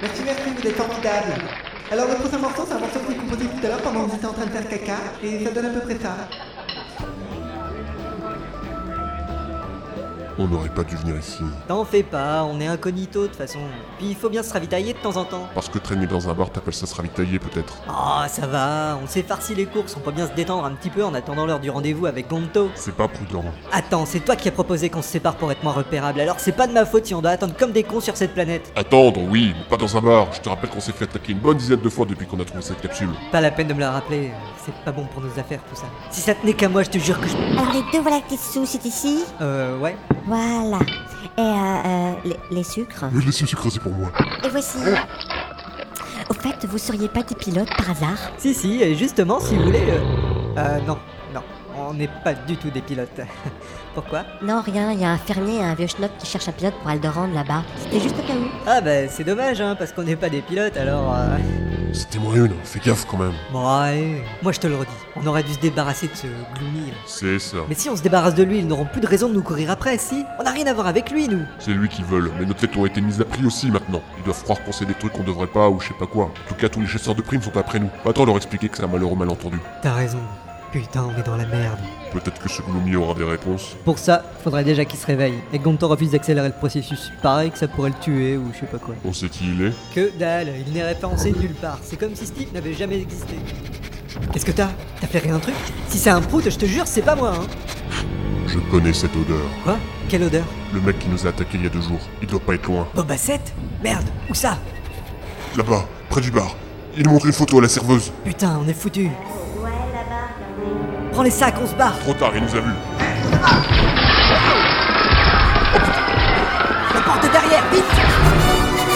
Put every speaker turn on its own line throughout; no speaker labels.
Merci, merci, vous êtes formidable. Alors, le prochain morceau, c'est un morceau que j'ai composé tout à l'heure pendant que vous étiez en train de faire caca, et ça donne à peu près ça.
On n'aurait pas dû venir ici.
T'en fais pas, on est incognito de toute façon. Puis il faut bien se ravitailler de temps en temps.
Parce que traîner dans un bar, t'appelles ça se ravitailler peut-être.
Oh, ça va, on s'est farci les courses, on peut bien se détendre un petit peu en attendant l'heure du rendez-vous avec Gonto.
C'est pas prudent.
Attends, c'est toi qui as proposé qu'on se sépare pour être moins repérable, alors c'est pas de ma faute si on doit attendre comme des cons sur cette planète.
Attendre, oui, mais pas dans un bar. Je te rappelle qu'on s'est fait attaquer une bonne dizaine de fois depuis qu'on a trouvé cette capsule.
Pas la peine de me la rappeler, c'est pas bon pour nos affaires tout ça. Si ça tenait qu'à moi, je te jure que je.
Alors les deux sous, c'est ici
Euh, ouais.
Voilà. Et euh, euh, les, les sucres
Mais laissez sucrer, c'est pour moi.
Et voici. Au fait, vous seriez pas des pilotes par hasard
Si, si, et justement, si vous voulez. Euh, euh, non, non, on n'est pas du tout des pilotes. Pourquoi
Non, rien, il y a un fermier et un vieux schnock qui cherche un pilote pour Alderand là-bas. C'était juste au cas où.
Ah, bah c'est dommage, hein, parce qu'on n'est pas des pilotes alors. euh,
C'était moins une, fais gaffe quand même.
Bon, allez, moi je te le redis, on aurait dû se débarrasser de ce gloomy là.
C'est ça.
Mais si on se débarrasse de lui, ils n'auront plus de raison de nous courir après, si On n'a rien à voir avec lui, nous
C'est lui qu'ils veulent, mais nos têtes ont été mises à prix aussi maintenant. Ils doivent croire qu'on sait des trucs qu'on devrait pas ou je sais pas quoi. En tout cas, tous les chasseurs de primes sont après nous. Pas trop leur expliquer que c'est un malheureux malentendu.
T'as raison. Putain, on est dans la merde.
Peut-être que ce gloomy aura des réponses.
Pour ça, faudrait déjà qu'il se réveille. Et Gontor refuse d'accélérer le processus. Pareil que ça pourrait le tuer ou je sais pas quoi.
On sait qui il est.
Que dalle, il n'est référencé nulle part. C'est comme si Steve n'avait jamais existé. Qu'est-ce que t'as T'as fait rien un truc Si c'est un prout, je te jure, c'est pas moi, hein
Je connais cette odeur.
Quoi Quelle odeur
Le mec qui nous a attaqué il y a deux jours. Il doit pas être loin.
Bobacette Merde, où ça
Là-bas, près du bar. Il montre une photo à la serveuse.
Putain, on est foutu. Prends les sacs, on se barre
Trop tard, il nous a vus.
La porte derrière, vite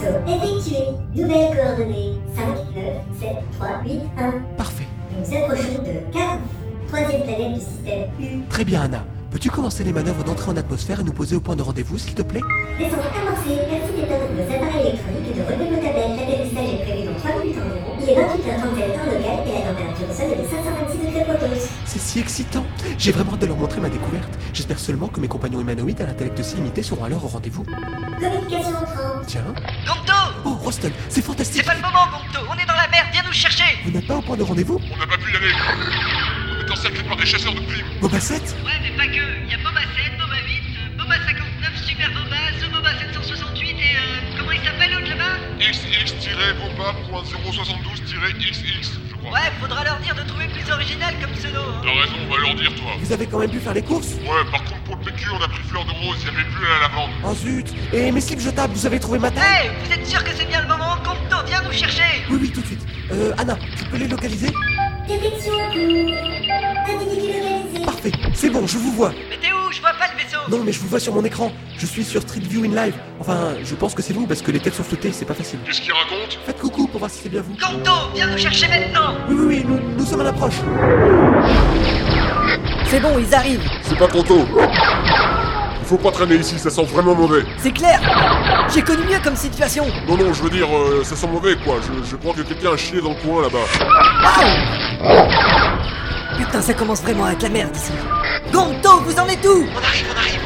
Saut effectué. Nouvelles coordonnées 5, 9, 7, 3, 8, 1.
Parfait.
Nous approchons de Carrefour, troisième planète du système U.
Très bien, Anna. Peux-tu commencer les manœuvres d'entrée en atmosphère et nous poser au point de rendez-vous, s'il te plaît
Descente amorcée, merci d'éteindre vos appareils électroniques et de relever vos tablettes. L'atterrissage est prévu dans 3 minutes environ. Il est 28h37 en local et la température au sol est de 526 degrés Celsius.
C'est si excitant J'ai vraiment hâte de leur montrer ma découverte. J'espère seulement que mes compagnons humanoïdes à l'intellect si limité seront alors au rendez-vous.
Communication entrante.
Tiens.
Gonto
Oh, Rostel, c'est fantastique
C'est pas le moment, Gonto On est dans la merde, viens nous chercher
Vous n'êtes pas au point de rendez-vous
On n'a pas pu y aller. On est encerclé par des chasseurs de primes.
Bobacette
Ouais, mais pas que Il y a Boba 7, Boba 8, Boba 59, Super Boba, The Boba 768 et... Euh, comment il s'appelle l'autre là-bas
XX-boba.072-XX, je crois.
Ouais, faudra leur dire de trouver plus original comme pseudo, hein
T'as raison, on va leur dire, toi.
Vous avez quand même pu faire les courses
Ouais, par contre, pour le PQ, on a pris fleur de rose, il n'y avait plus à la lavande.
Oh zut Et mes slips jetables, vous avez trouvé ma taille
Hey, vous êtes sûr que c'est bien le moment Gonto, viens nous chercher
Oui, oui, tout de suite. Euh, Anna, tu peux les localiser
Détection en cours. Individu localisé.
Parfait, c'est bon, je vous vois.
Mais t'es où Je vois pas le vaisseau
Non, mais je vous vois sur mon écran. Je suis sur Street View in Live. Enfin, je pense que c'est vous, parce que les têtes sont flottées, c'est pas facile.
Qu'est-ce qu'il raconte
Faites coucou pour voir si c'est bien vous.
Gonto, viens nous chercher maintenant
Oui, oui, oui, nous, nous sommes à l'approche.
C'est bon, ils arrivent
C'est pas trop tôt. Il faut pas traîner ici, ça sent vraiment mauvais.
C'est clair J'ai connu mieux comme situation
Non, non, je veux dire, euh, ça sent mauvais, quoi. Je, je crois que quelqu'un a chié dans le coin, là-bas.
Putain, ça commence vraiment à être la merde ici Gonto, vous en êtes où
On arrive, on arrive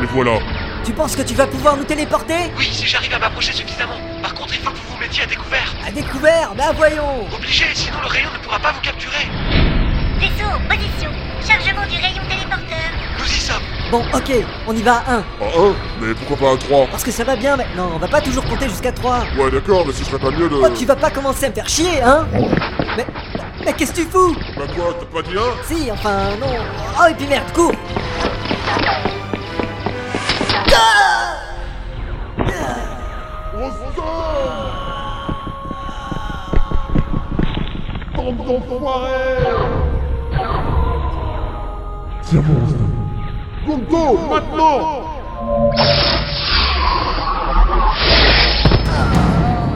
Mais voilà.
Tu penses que tu vas pouvoir nous téléporter
Oui, si j'arrive à m'approcher suffisamment Par contre, il faut que vous vous mettiez à découvert
À découvert Bah voyons
Obligé, sinon le rayon ne pourra pas vous capturer
Vaisseau, position. Chargement du rayon téléporteur.
Nous y sommes
Bon, ok, on y va à 1.
À un Mais pourquoi pas à trois
Parce que ça va bien maintenant, on va pas toujours compter jusqu'à 3.
Ouais, d'accord, mais ce serait pas mieux de...
Oh, tu vas pas commencer à me faire chier, hein Mais, mais qu'est-ce que tu fous
Bah quoi, t'as pas dit un
Si, enfin, non. Oh, et puis merde, cours
Gonto, maintenant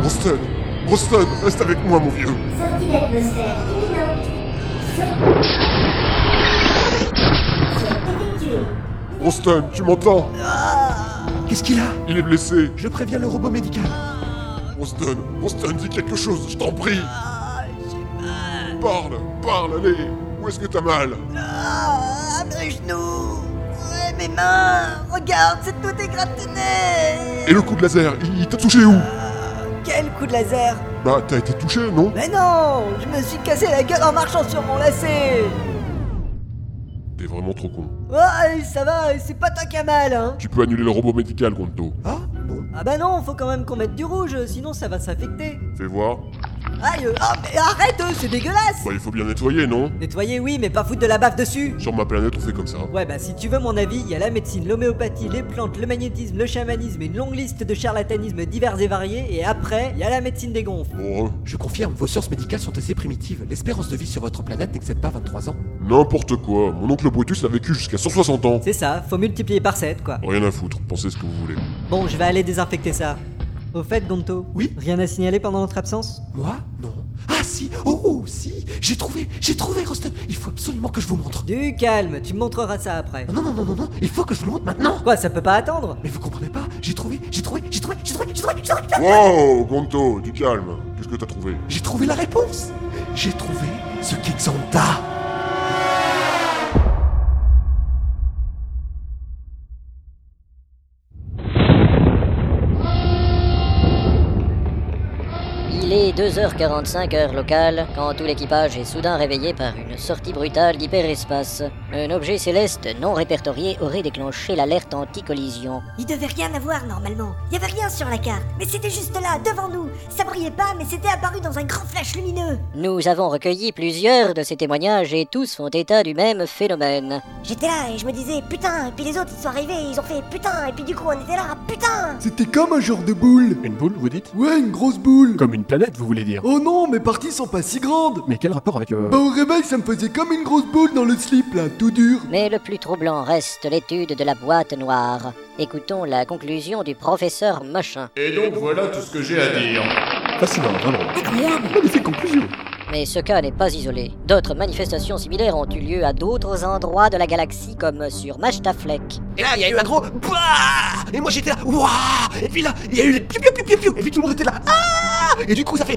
Broston Broston, reste avec moi, mon vieux.
Sortie d'atmosphère imminente. Saut. Saut effectué.
Broston, tu m'entends
Qu'est-ce Qu'est-ce qu'il a
Il est blessé.
Je préviens le robot médical.
Boston, Boston, dis quelque chose, je t'en prie. Parle, parle, allez. Où est-ce que t'as mal
Ah, mes genoux Ouais, mes mains Regarde, c'est tout égratigné
Et le coup de laser, il, il t'a touché où
Quel coup de laser
Bah, t'as été touché, non
Mais non Je me suis cassé la gueule en marchant sur mon lacet
T'es vraiment trop con.
Ouais, ça va, c'est pas toi qui as mal, hein
Tu peux annuler le robot médical, Gonto.
Ah Bon.
Ah bah non, faut quand même qu'on mette du rouge, sinon ça va s'infecter.
Fais voir.
Aïe, euh, ah, mais arrête, euh, c'est dégueulasse
Bah, il faut bien nettoyer, non
Nettoyer, oui, mais pas foutre de la baffe dessus
Sur ma planète, on fait comme ça.
Ouais, bah si tu veux mon avis, il y a la médecine, l'homéopathie, les plantes, le magnétisme, le chamanisme et une longue liste de charlatanismes divers et variés, et après, il y a la médecine des gonfles.
Bon, hein.
Je confirme, vos sciences médicales sont assez primitives. L'espérance de vie sur votre planète n'excède pas 23 ans.
N'importe quoi. Mon oncle Brutus a vécu jusqu'à 160 ans.
C'est ça, faut multiplier par 7, quoi.
Rien à foutre, pensez ce que vous voulez.
Bon, je vais aller désinfecter ça. Au fait, Gonto
Oui
Rien à signaler pendant notre absence
Moi Non. Ah si Oh, oh, si J'ai trouvé J'ai trouvé, Roston Il faut absolument que je vous montre.
Du calme, tu me montreras ça après.
Non, non, non, non, non Il faut que je vous le montre maintenant
Quoi, ça peut pas attendre
Mais vous comprenez pas J'ai trouvé J'ai trouvé J'ai trouvé J'ai trouvé J'ai trouvé J'ai trouvé
Wow, Gonto, du calme. Qu'est-ce que t'as trouvé
J'ai trouvé la réponse J'ai trouvé ce qu'est Xanta
Il est 2h45 heure locale quand tout l'équipage est soudain réveillé par une sortie brutale d'hyperespace. Un objet céleste non répertorié aurait déclenché l'alerte anti-collision.
Il devait rien avoir normalement. Il y avait rien sur la carte. Mais c'était juste là, devant nous. Ça brillait pas, mais c'était apparu dans un grand flash lumineux.
Nous avons recueilli plusieurs de ces témoignages et tous font état du même phénomène.
J'étais là et je me disais putain, et puis les autres ils sont arrivés, ils ont fait putain, et puis du coup on était là, putain
C'était comme un genre de boule.
Une boule, vous dites
Ouais, une grosse boule.
Comme une planète, vous voulez dire
Oh non, mes parties sont pas si grandes.
Mais quel rapport avec... euh,
Bah au réveil, ça me faisait comme une grosse boule dans le slip là, tout dur.
Mais le plus troublant reste l'étude de la boîte noire. Écoutons la conclusion du professeur Machin.
Et donc voilà tout ce que j'ai à dire.
Fascinant, vraiment.
Incroyable
Magnifique Ah, conclusion
Mais ce cas n'est pas isolé. D'autres manifestations similaires ont eu lieu à d'autres endroits de la galaxie comme sur Mashtaflek.
Et là, il y a eu un gros Bouah Et moi j'étais là Waouh Et puis là, il y a eu les piou piou piou piou piou Et puis tout le monde était là Ah Et du coup ça fait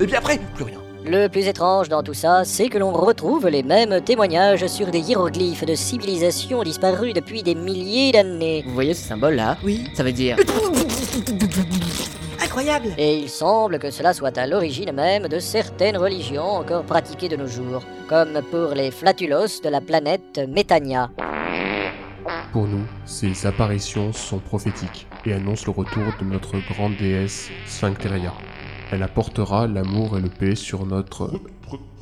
Et puis après, plus rien.
Le plus étrange dans tout ça, c'est que l'on retrouve les mêmes témoignages sur des hiéroglyphes de civilisations disparues depuis des milliers d'années.
Vous voyez ce symbole-là
Oui.
Ah, Ça veut dire...
Incroyable
Et il semble que cela soit à l'origine même de certaines religions encore pratiquées de nos jours, comme pour les flatulos de la planète Métania.
Pour nous, ces apparitions sont prophétiques et annoncent le retour de notre grande déesse Sphincteria. Elle apportera l'amour et le paix sur notre...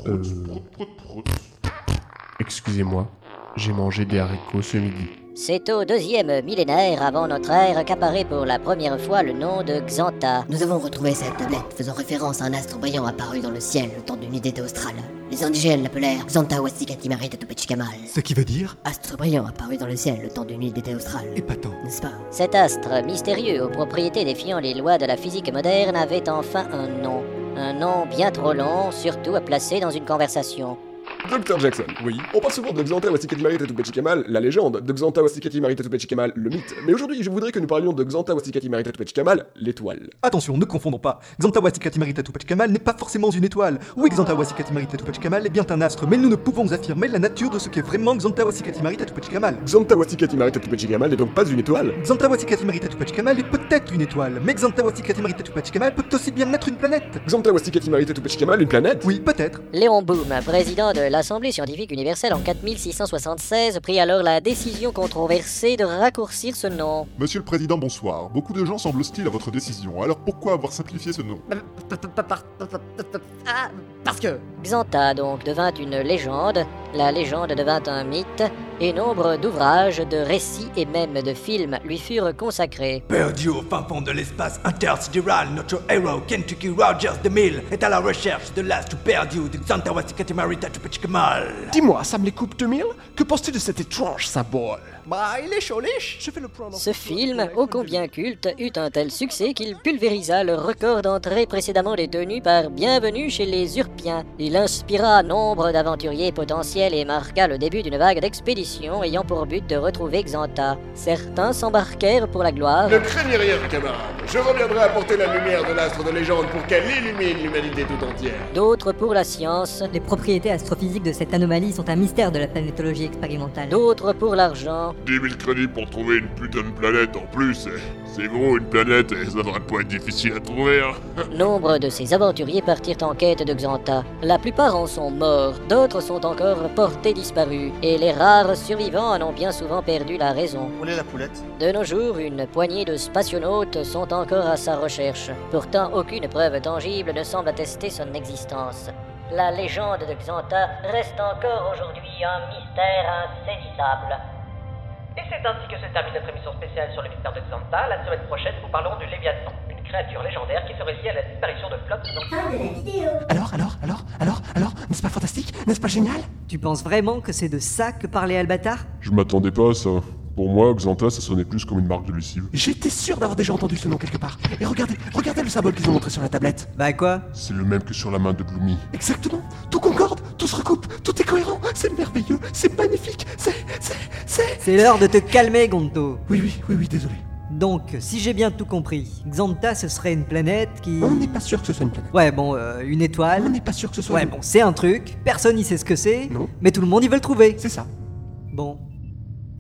Euh... Excusez-moi, j'ai mangé des haricots ce midi.
C'est au deuxième millénaire avant notre ère qu'apparaît pour la première fois le nom de Xantha.
Nous avons retrouvé cette tablette faisant référence à un astre brillant apparu dans le ciel le temps d'une idée australe. Les indigènes l'appelèrent Xantawastikatimarit Atupachikamal.
Ce qui veut dire
Astre brillant apparu dans le ciel le temps d'une nuit d'été australe.
Épatant.
N'est-ce pas
Cet astre mystérieux aux propriétés défiant les lois de la physique moderne avait enfin un nom. Un nom bien trop long, surtout à placer dans une conversation.
Dr Jackson.
Oui.
On parle souvent de Xanta Wastikatimarit Kemal, la légende, de Xanta Wastikatimarit Kemal, le mythe. Mais aujourd'hui, je voudrais que nous parlions de Xanta Wastikatimarit Kemal, l'étoile.
Attention, ne confondons pas. Xantawasi Katimarita Tupachkamal n'est pas forcément une étoile. Oui, Xantawasi Katimarita Tupachkamal est bien un astre, mais nous ne pouvons affirmer la nature de ce qu'est vraiment Xantawasi Katimarita Tupachkamal.
Xanta Wastikatimarit Kemal n'est donc pas une étoile.
Xantawasi Katimarita Tupachkamal est peut-être une étoile, mais Xantawasi Katimarita Tupachkamal peut aussi bien être une planète.
Xanta Wastikatimarit Kemal, une planète.
Oui, peut-être.
Léon Boum, président de l'Assemblée scientifique universelle en 4676, prit alors la décision controversée de raccourcir ce nom.
Monsieur le Président, bonsoir. Beaucoup de gens semblent hostiles à votre décision, alors pourquoi avoir simplifié ce nom
Ah, parce que...
Xantha donc devint une légende, la légende devint un mythe, et nombre d'ouvrages, de récits et même de films lui furent consacrés.
Perdu au fin fond de l'espace intersidéral, notre héros Kentucky Rogers DeMille est à la recherche de l'astre perdu de Xantawastikatimarita Tupachkamal.
Dis-moi, Sam les coupes 2000, que penses-tu de cet étrange symbole
Bah, il est chaud, liche. Je fais le point.
Ce film, ô combien culte, eut un tel succès qu'il pulvérisa le record d'entrée précédemment détenu par Bienvenue chez les Urpiens. Il inspira nombre d'aventuriers potentiels et marqua le début d'une vague d'expéditions expédition ayant pour but de retrouver Xanta. Certains s'embarquèrent pour la gloire.
Ne craignez rien, camarades. Je reviendrai apporter la lumière de l'astre de légende pour qu'elle illumine l'humanité tout entière.
D'autres pour la science.
Les propriétés astrophysiques de cette anomalie sont un mystère de la planétologie expérimentale.
D'autres pour l'argent.
10 000 crédits pour trouver une putain de planète en plus. hein. C'est gros, une planète, et ça devrait pas être difficile à trouver. hein.
Nombre de ces aventuriers partirent en quête de Xanta. La plupart en sont morts, d'autres sont encore portés disparus, et les rares survivants en ont bien souvent perdu la raison.
Où est la poulette
De nos jours, une poignée de spationautes sont encore à sa recherche. Pourtant, aucune preuve tangible ne semble attester son existence. La légende de Xanta reste encore aujourd'hui un mystère insaisissable.
Et c'est ainsi que se termine notre émission spéciale sur le mystère de Xanta. La semaine prochaine, nous parlerons du Léviathan, une créature légendaire qui serait liée à la disparition de Flop.
Alors, alors, alors, alors, alors, n'est-ce pas fantastique N'est-ce pas génial
Tu penses vraiment que c'est de ça que parlait Albatar
Je m'attendais pas à ça. Pour moi, Xanta, ça sonnait plus comme une marque de lessive.
J'étais sûr d'avoir déjà entendu ce nom quelque part. Et regardez, regardez le symbole qu'ils ont montré sur la tablette.
Bah quoi
C'est le même que sur la main de Gloomy.
Exactement, tout concorde, tout se recoupe, tout est cohérent, c'est merveilleux, c'est magnifique, c'est, c'est, c'est...
C'est l'heure de te calmer, Gonto.
Oui, oui, oui, oui, désolé.
Donc, si j'ai bien tout compris, Xanta, ce serait une planète qui...
On n'est pas sûr que ce soit une planète.
Ouais, bon, euh, une étoile. On
Ah, n'est pas sûr que ce soit
Ouais,
une-
bon, c'est un truc, personne n'y sait ce que c'est,
Non.
mais tout le monde y veut le trouver.
C'est ça.
Bon.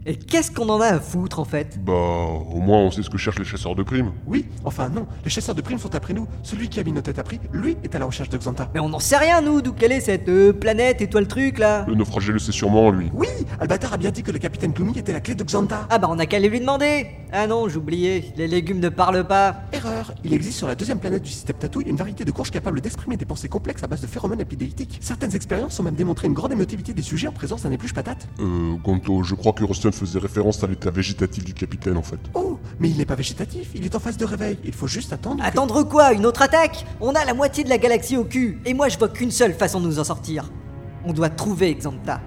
Et qu'est-ce qu'on en a à foutre, en fait
Bah, au moins on sait ce que cherchent les chasseurs de primes.
Oui, enfin non, les chasseurs de primes sont après nous. Celui qui a mis nos têtes à prix, lui, est à la recherche de Xanta.
Mais on n'en sait rien, nous, d'où quelle est cette euh, planète et toi le truc, là
Le naufragé le sait sûrement, lui.
Oui, Albatar a bien dit que le capitaine Gloomy était la clé de Xanta.
Ah bah, on a qu'à aller lui demander Ah non, j'oubliais, les légumes ne parlent pas.
Erreur, il existe sur la deuxième planète du système Tatouille une variété de courges capable d'exprimer des pensées complexes à base de phéromones épidéitiques. Certaines expériences ont même démontré une grande émotivité des sujets en présence d'un épluche patate.
Euh, Gonto, je crois que Ruston faisait référence à l'état végétatif du capitaine en fait.
Oh, mais il n'est pas végétatif, il est en phase de réveil. Il faut juste attendre. que-
Attendre quoi Une autre attaque On a la moitié de la galaxie au cul, et moi je vois qu'une seule façon de nous en sortir. On doit trouver Xanta.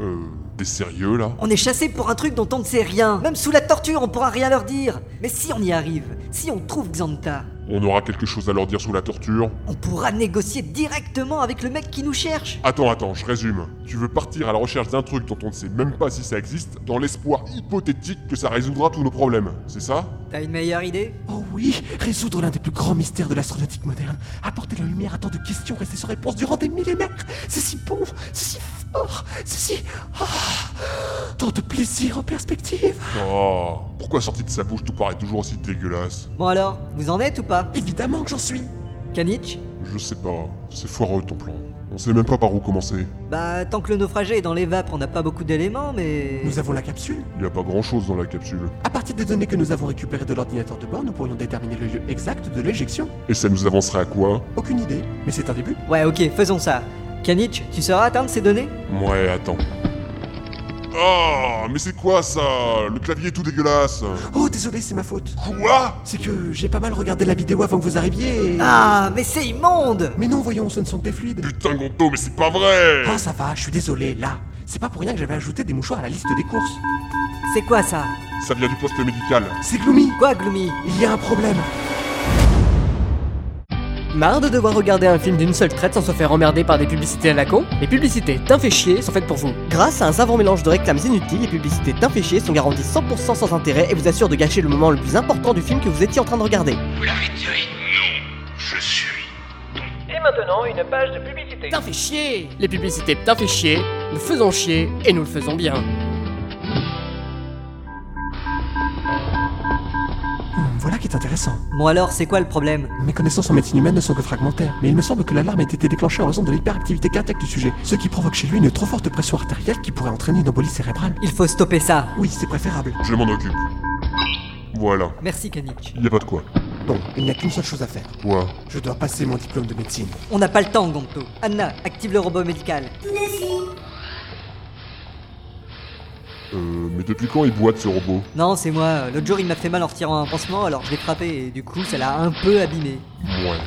Euh, t'es sérieux là
On est chassé pour un truc dont on ne sait rien. Même sous la torture, on pourra rien leur dire. Mais si on y arrive, si on trouve Xanta,
On aura quelque chose à leur dire sous la torture
on pourra négocier directement avec le mec qui nous cherche.
Attends, attends, je résume. Tu veux partir à la recherche d'un truc dont on ne sait même pas si ça existe, dans l'espoir hypothétique que ça résoudra tous nos problèmes, c'est ça
T'as une meilleure idée
Oh oui, résoudre l'un des plus grands mystères de l'astronautique moderne. Apporter la lumière à tant de questions restées sans réponse durant des millénaires. C'est si bon, c'est si fort, c'est si. Ah, tant de plaisir en perspective.
Oh, pourquoi sorti de sa bouche tout paraît toujours aussi dégueulasse
Bon alors, vous en êtes ou pas
Évidemment que j'en suis.
Kanich
Je sais pas, c'est foireux ton plan. On sait même pas par où commencer.
Bah, tant que le naufragé est dans les vapes, on n'a pas beaucoup d'éléments, mais.
Nous avons la capsule.
Il y a pas grand chose dans la capsule.
À partir des données que nous avons récupérées de l'ordinateur de bord, nous pourrions déterminer le lieu exact de l'éjection.
Et ça nous avancerait à quoi
Aucune idée, mais c'est un début.
Ouais, ok, faisons ça. Kanich, tu sauras atteindre ces données
Ouais, attends. Ah, mais c'est quoi ça Le clavier est tout dégueulasse
Oh, désolé, c'est ma faute.
Quoi
C'est que j'ai pas mal regardé la vidéo avant que vous arriviez. et-
Ah, mais c'est immonde
Mais non, voyons, ce ne sont que des fluides.
Putain, Gonto, mais c'est pas vrai
Ah, ça va, je suis désolé, là. C'est pas pour rien que j'avais ajouté des mouchoirs à la liste des courses.
C'est quoi ça
Ça vient du poste médical.
C'est Gloomy
Quoi, Gloomy
Il y a un problème
Marre de devoir regarder un film d'une seule traite sans se faire emmerder par des publicités à la con Les publicités d'un fait chier sont faites pour vous.
Grâce à un savant mélange de réclames inutiles, les publicités d'un fait chier sont garanties 100% sans intérêt et vous assurent de gâcher le moment le plus important du film que vous étiez en train de regarder.
Vous l'avez tué Non, je suis. Et maintenant, une page de publicité.
Putain fait chier Les publicités putain fait chier, nous faisons chier et nous le faisons bien.
Hmm, Voilà qui est intéressant.
Bon alors, c'est quoi le problème
Mes connaissances en médecine humaine ne sont que fragmentaires, mais il me semble que l'alarme a été déclenchée en raison de l'hyperactivité cardiaque du sujet, ce qui provoque chez lui une trop forte pression artérielle qui pourrait entraîner une embolie cérébrale.
Il faut stopper ça.
Oui, c'est préférable.
Je m'en occupe. Voilà.
Merci, Kanich.
Y a pas de quoi.
Bon, il n'y a qu'une seule chose à faire.
Quoi
Je dois passer mon diplôme de médecine.
On n'a pas le temps, Gonto. Anna, active le robot médical.
Euh, mais depuis quand il boite ce robot
Non, c'est moi. L'autre jour, il m'a fait mal en retirant un pansement, alors je l'ai frappé et du coup, ça l'a un peu abîmé.
Ouais.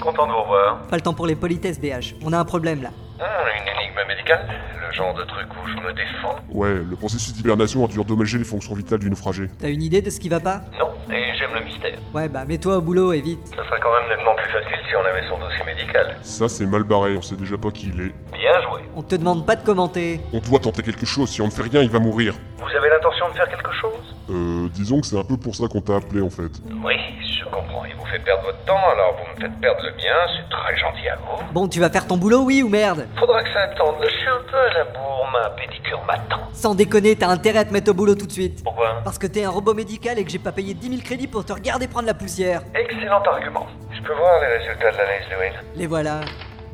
Content de vous revoir.
Pas le temps pour les politesses, BH. On a un problème là.
Hmm,
Hum, une énigme.
dogme médical Le genre de truc où je me défends
Ouais, le processus d'hibernation a dû endommager les fonctions vitales du naufragé.
T'as une idée de ce qui va pas
Non, et j'aime le mystère.
Ouais, bah mets-toi au boulot et vite.
Ce serait quand même nettement plus facile si on avait son dossier médical.
Ça, c'est mal barré, on sait déjà pas qui il est.
Bien joué.
On te demande pas de commenter.
On doit tenter quelque chose, si on ne fait rien, il va mourir.
Vous avez l'intention de faire quelque chose
Euh, disons que c'est un peu pour ça qu'on t'a appelé en fait.
Oui, je comprends. Il vous fait perdre votre temps, alors vous me faites perdre le mien, c'est très gentil à vous.
Bon, tu vas faire ton boulot, oui ou merde
Faudra que ça attende, je suis un peu à la bourre, ma pédicure m'attend.
Sans déconner, t'as intérêt à te mettre au boulot tout de suite.
Pourquoi
Parce que t'es un robot médical et que j'ai pas payé 10 000 crédits pour te regarder prendre la poussière.
Excellent argument. Je peux voir les résultats de l'analyse de Will.
Les voilà.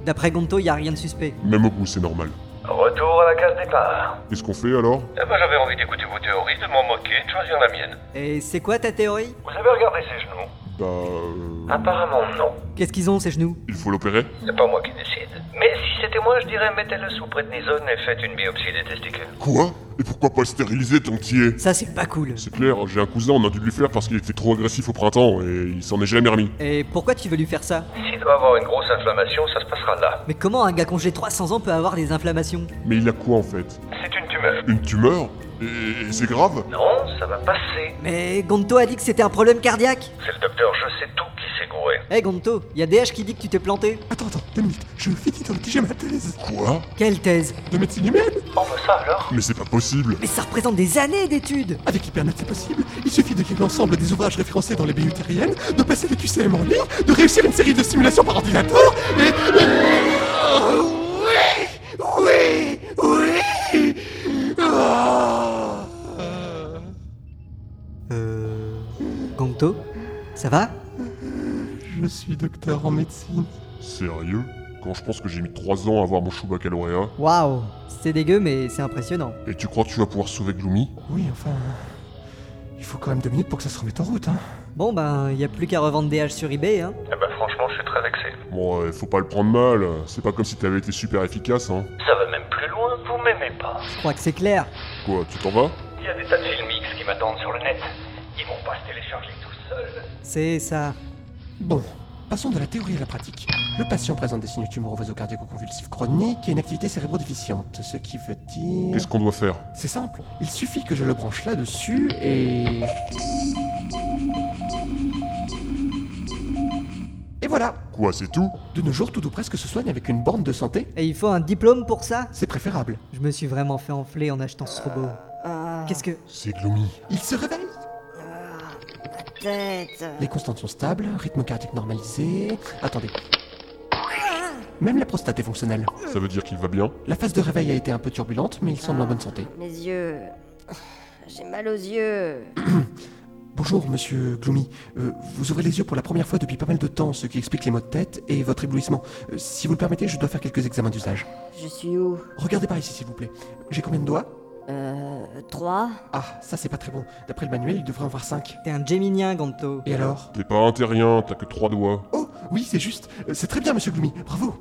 D'après Gonto, y a rien de suspect.
Même au bout, c'est normal.
Retour à la case départ.
Qu'est-ce qu'on fait alors
Eh ben, j'avais envie d'écouter vos théories, de m'en moquer, de choisir la mienne.
Et c'est quoi ta théorie
Vous avez regardé ses genoux
Bah. euh,
Apparemment, non.
Qu'est-ce qu'ils ont ces genoux
Il faut l'opérer
C'est pas moi qui décide. Mais si c'était moi, je dirais mettez-le sous prétnisone et faites une biopsie des testicules.
Quoi Et pourquoi pas le stériliser tant qu'il y est
Ça, c'est pas cool.
C'est clair, j'ai un cousin, on a dû lui faire parce qu'il était trop agressif au printemps et il s'en est jamais remis.
Et pourquoi tu veux lui faire ça
S'il doit avoir une grosse inflammation, ça se passera là.
Mais comment un gars congelé 300 ans peut avoir des inflammations
Mais il a quoi en fait
C'est une tumeur.
Une tumeur Et, et c'est grave
Non, ça va passer.
Mais Gonto a dit que c'était un problème cardiaque
C'est le docteur, je sais tout qui s'est gouré.
Eh Gonto, y a DH qui dit que tu t'es planté.
Attends, attends, deux minutes, je finis dans le petit ma thèse
Quoi
Quelle thèse
de médecine humaine
On veut ça alors
Mais c'est pas possible
Mais ça représente des années d'études
Avec Hypernet, c'est possible. Il suffit de lire l'ensemble des ouvrages référencés dans les BU terriennes, de passer le QCM en ligne, de réussir une série de simulations par ordinateur, et... Oui Oui Oui Ah
Gonto Ça va
Je suis docteur en médecine.
Sérieux Quand je pense que j'ai mis 3 ans à avoir mon chou baccalauréat,
Waouh C'est dégueu mais c'est impressionnant.
et tu crois que tu vas pouvoir sauver Gloomy
Oui, enfin... Il faut quand même deux minutes pour que ça se remette en route, hein.
Bon ben, y a plus qu'à revendre DH sur eBay hein.
Eh ben, franchement, je suis très vexé.
Bon, euh, faut pas le prendre mal, c'est pas comme si t'avais été super efficace, hein.
Ça va même plus loin, vous m'aimez pas.
Je crois que c'est clair.
Quoi, tu t'en vas
Il y a des tas de films X qui m'attendent sur le net. Ils vont pas se télécharger tout seuls.
C'est ça.
Bon, passons de la théorie à la pratique. Le patient présente des signes tumoraux vasocardiaco-convulsifs chroniques et une activité cérébro-déficiente, ce qui veut dire...
Qu'est-ce qu'on doit faire
C'est simple, il suffit que je le branche là-dessus et... Et voilà
Quoi, c'est tout
De nos jours, tout ou presque se soigne avec une borne de santé.
Et il faut un diplôme pour ça
C'est préférable.
Je me suis vraiment fait enfler en achetant ce robot. Qu'est-ce que...
C'est Gloomy.
Il se réveille
Tête.
Les constantes sont stables, rythme cardiaque normalisé... Attendez. Même la prostate est fonctionnelle.
Ça veut dire qu'il va bien
La phase de réveil a été un peu turbulente, mais il semble en bonne santé.
Mes yeux. J'ai mal aux yeux.
Bonjour, monsieur Gloomy. Euh, vous ouvrez les yeux pour la première fois depuis pas mal de temps, ce qui explique les maux de tête et votre éblouissement. Euh, si vous le permettez, je dois faire quelques examens d'usage.
Je suis où
Regardez par ici, s'il vous plaît. J'ai combien de doigts
Euh. 3
Ah, ça c'est pas très bon. D'après le manuel, il devrait en avoir 5.
T'es un Géminien, Gonto.
Et alors
T'es pas un terrien, t'as que trois doigts.
Oh, oui, c'est juste. Euh, C'est très bien, monsieur Gloomy. Bravo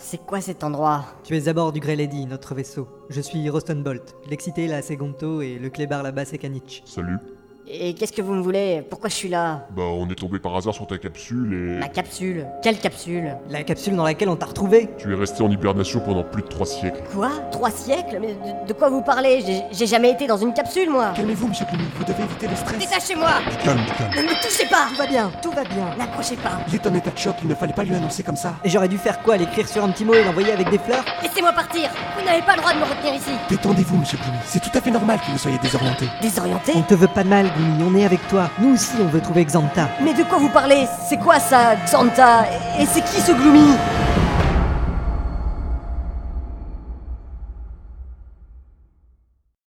C'est quoi cet endroit
Tu es à bord du Grey Lady, notre vaisseau. Je suis Roston Bolt. L'excité là c'est Gonto et le clébard là-bas c'est Kanich.
Salut.
Et qu'est-ce que vous me voulez Pourquoi je suis là
Bah, on est tombé par hasard sur ta capsule et...
La capsule. Quelle capsule
La capsule dans laquelle on t'a retrouvé
Tu es resté en hibernation pendant plus de trois siècles.
Quoi Trois siècles Mais de, de quoi vous parlez J'ai- J'ai jamais été dans une capsule, moi
Calmez-vous, monsieur Gloomy. Vous devez éviter le stress.
Détachez-moi
Calme, calme.
Ne me touchez pas
Tout va bien, tout va bien.
N'approchez pas
Il est en état de choc, il ne fallait pas lui annoncer comme ça.
Et j'aurais dû faire quoi L'écrire sur un petit mot et l'envoyer avec des fleurs
Laissez-moi partir Vous n'avez pas le droit de me retenir ici
Détendez-vous, monsieur Gloomy. C'est tout à fait normal que vous soyez désorienté.
Désorienté
On te veut pas de mal, Gumi, on est avec toi. Nous aussi on veut trouver Xanta.
Mais de quoi vous parlez C'est quoi ça, Xanta Et c'est qui ce Gloomy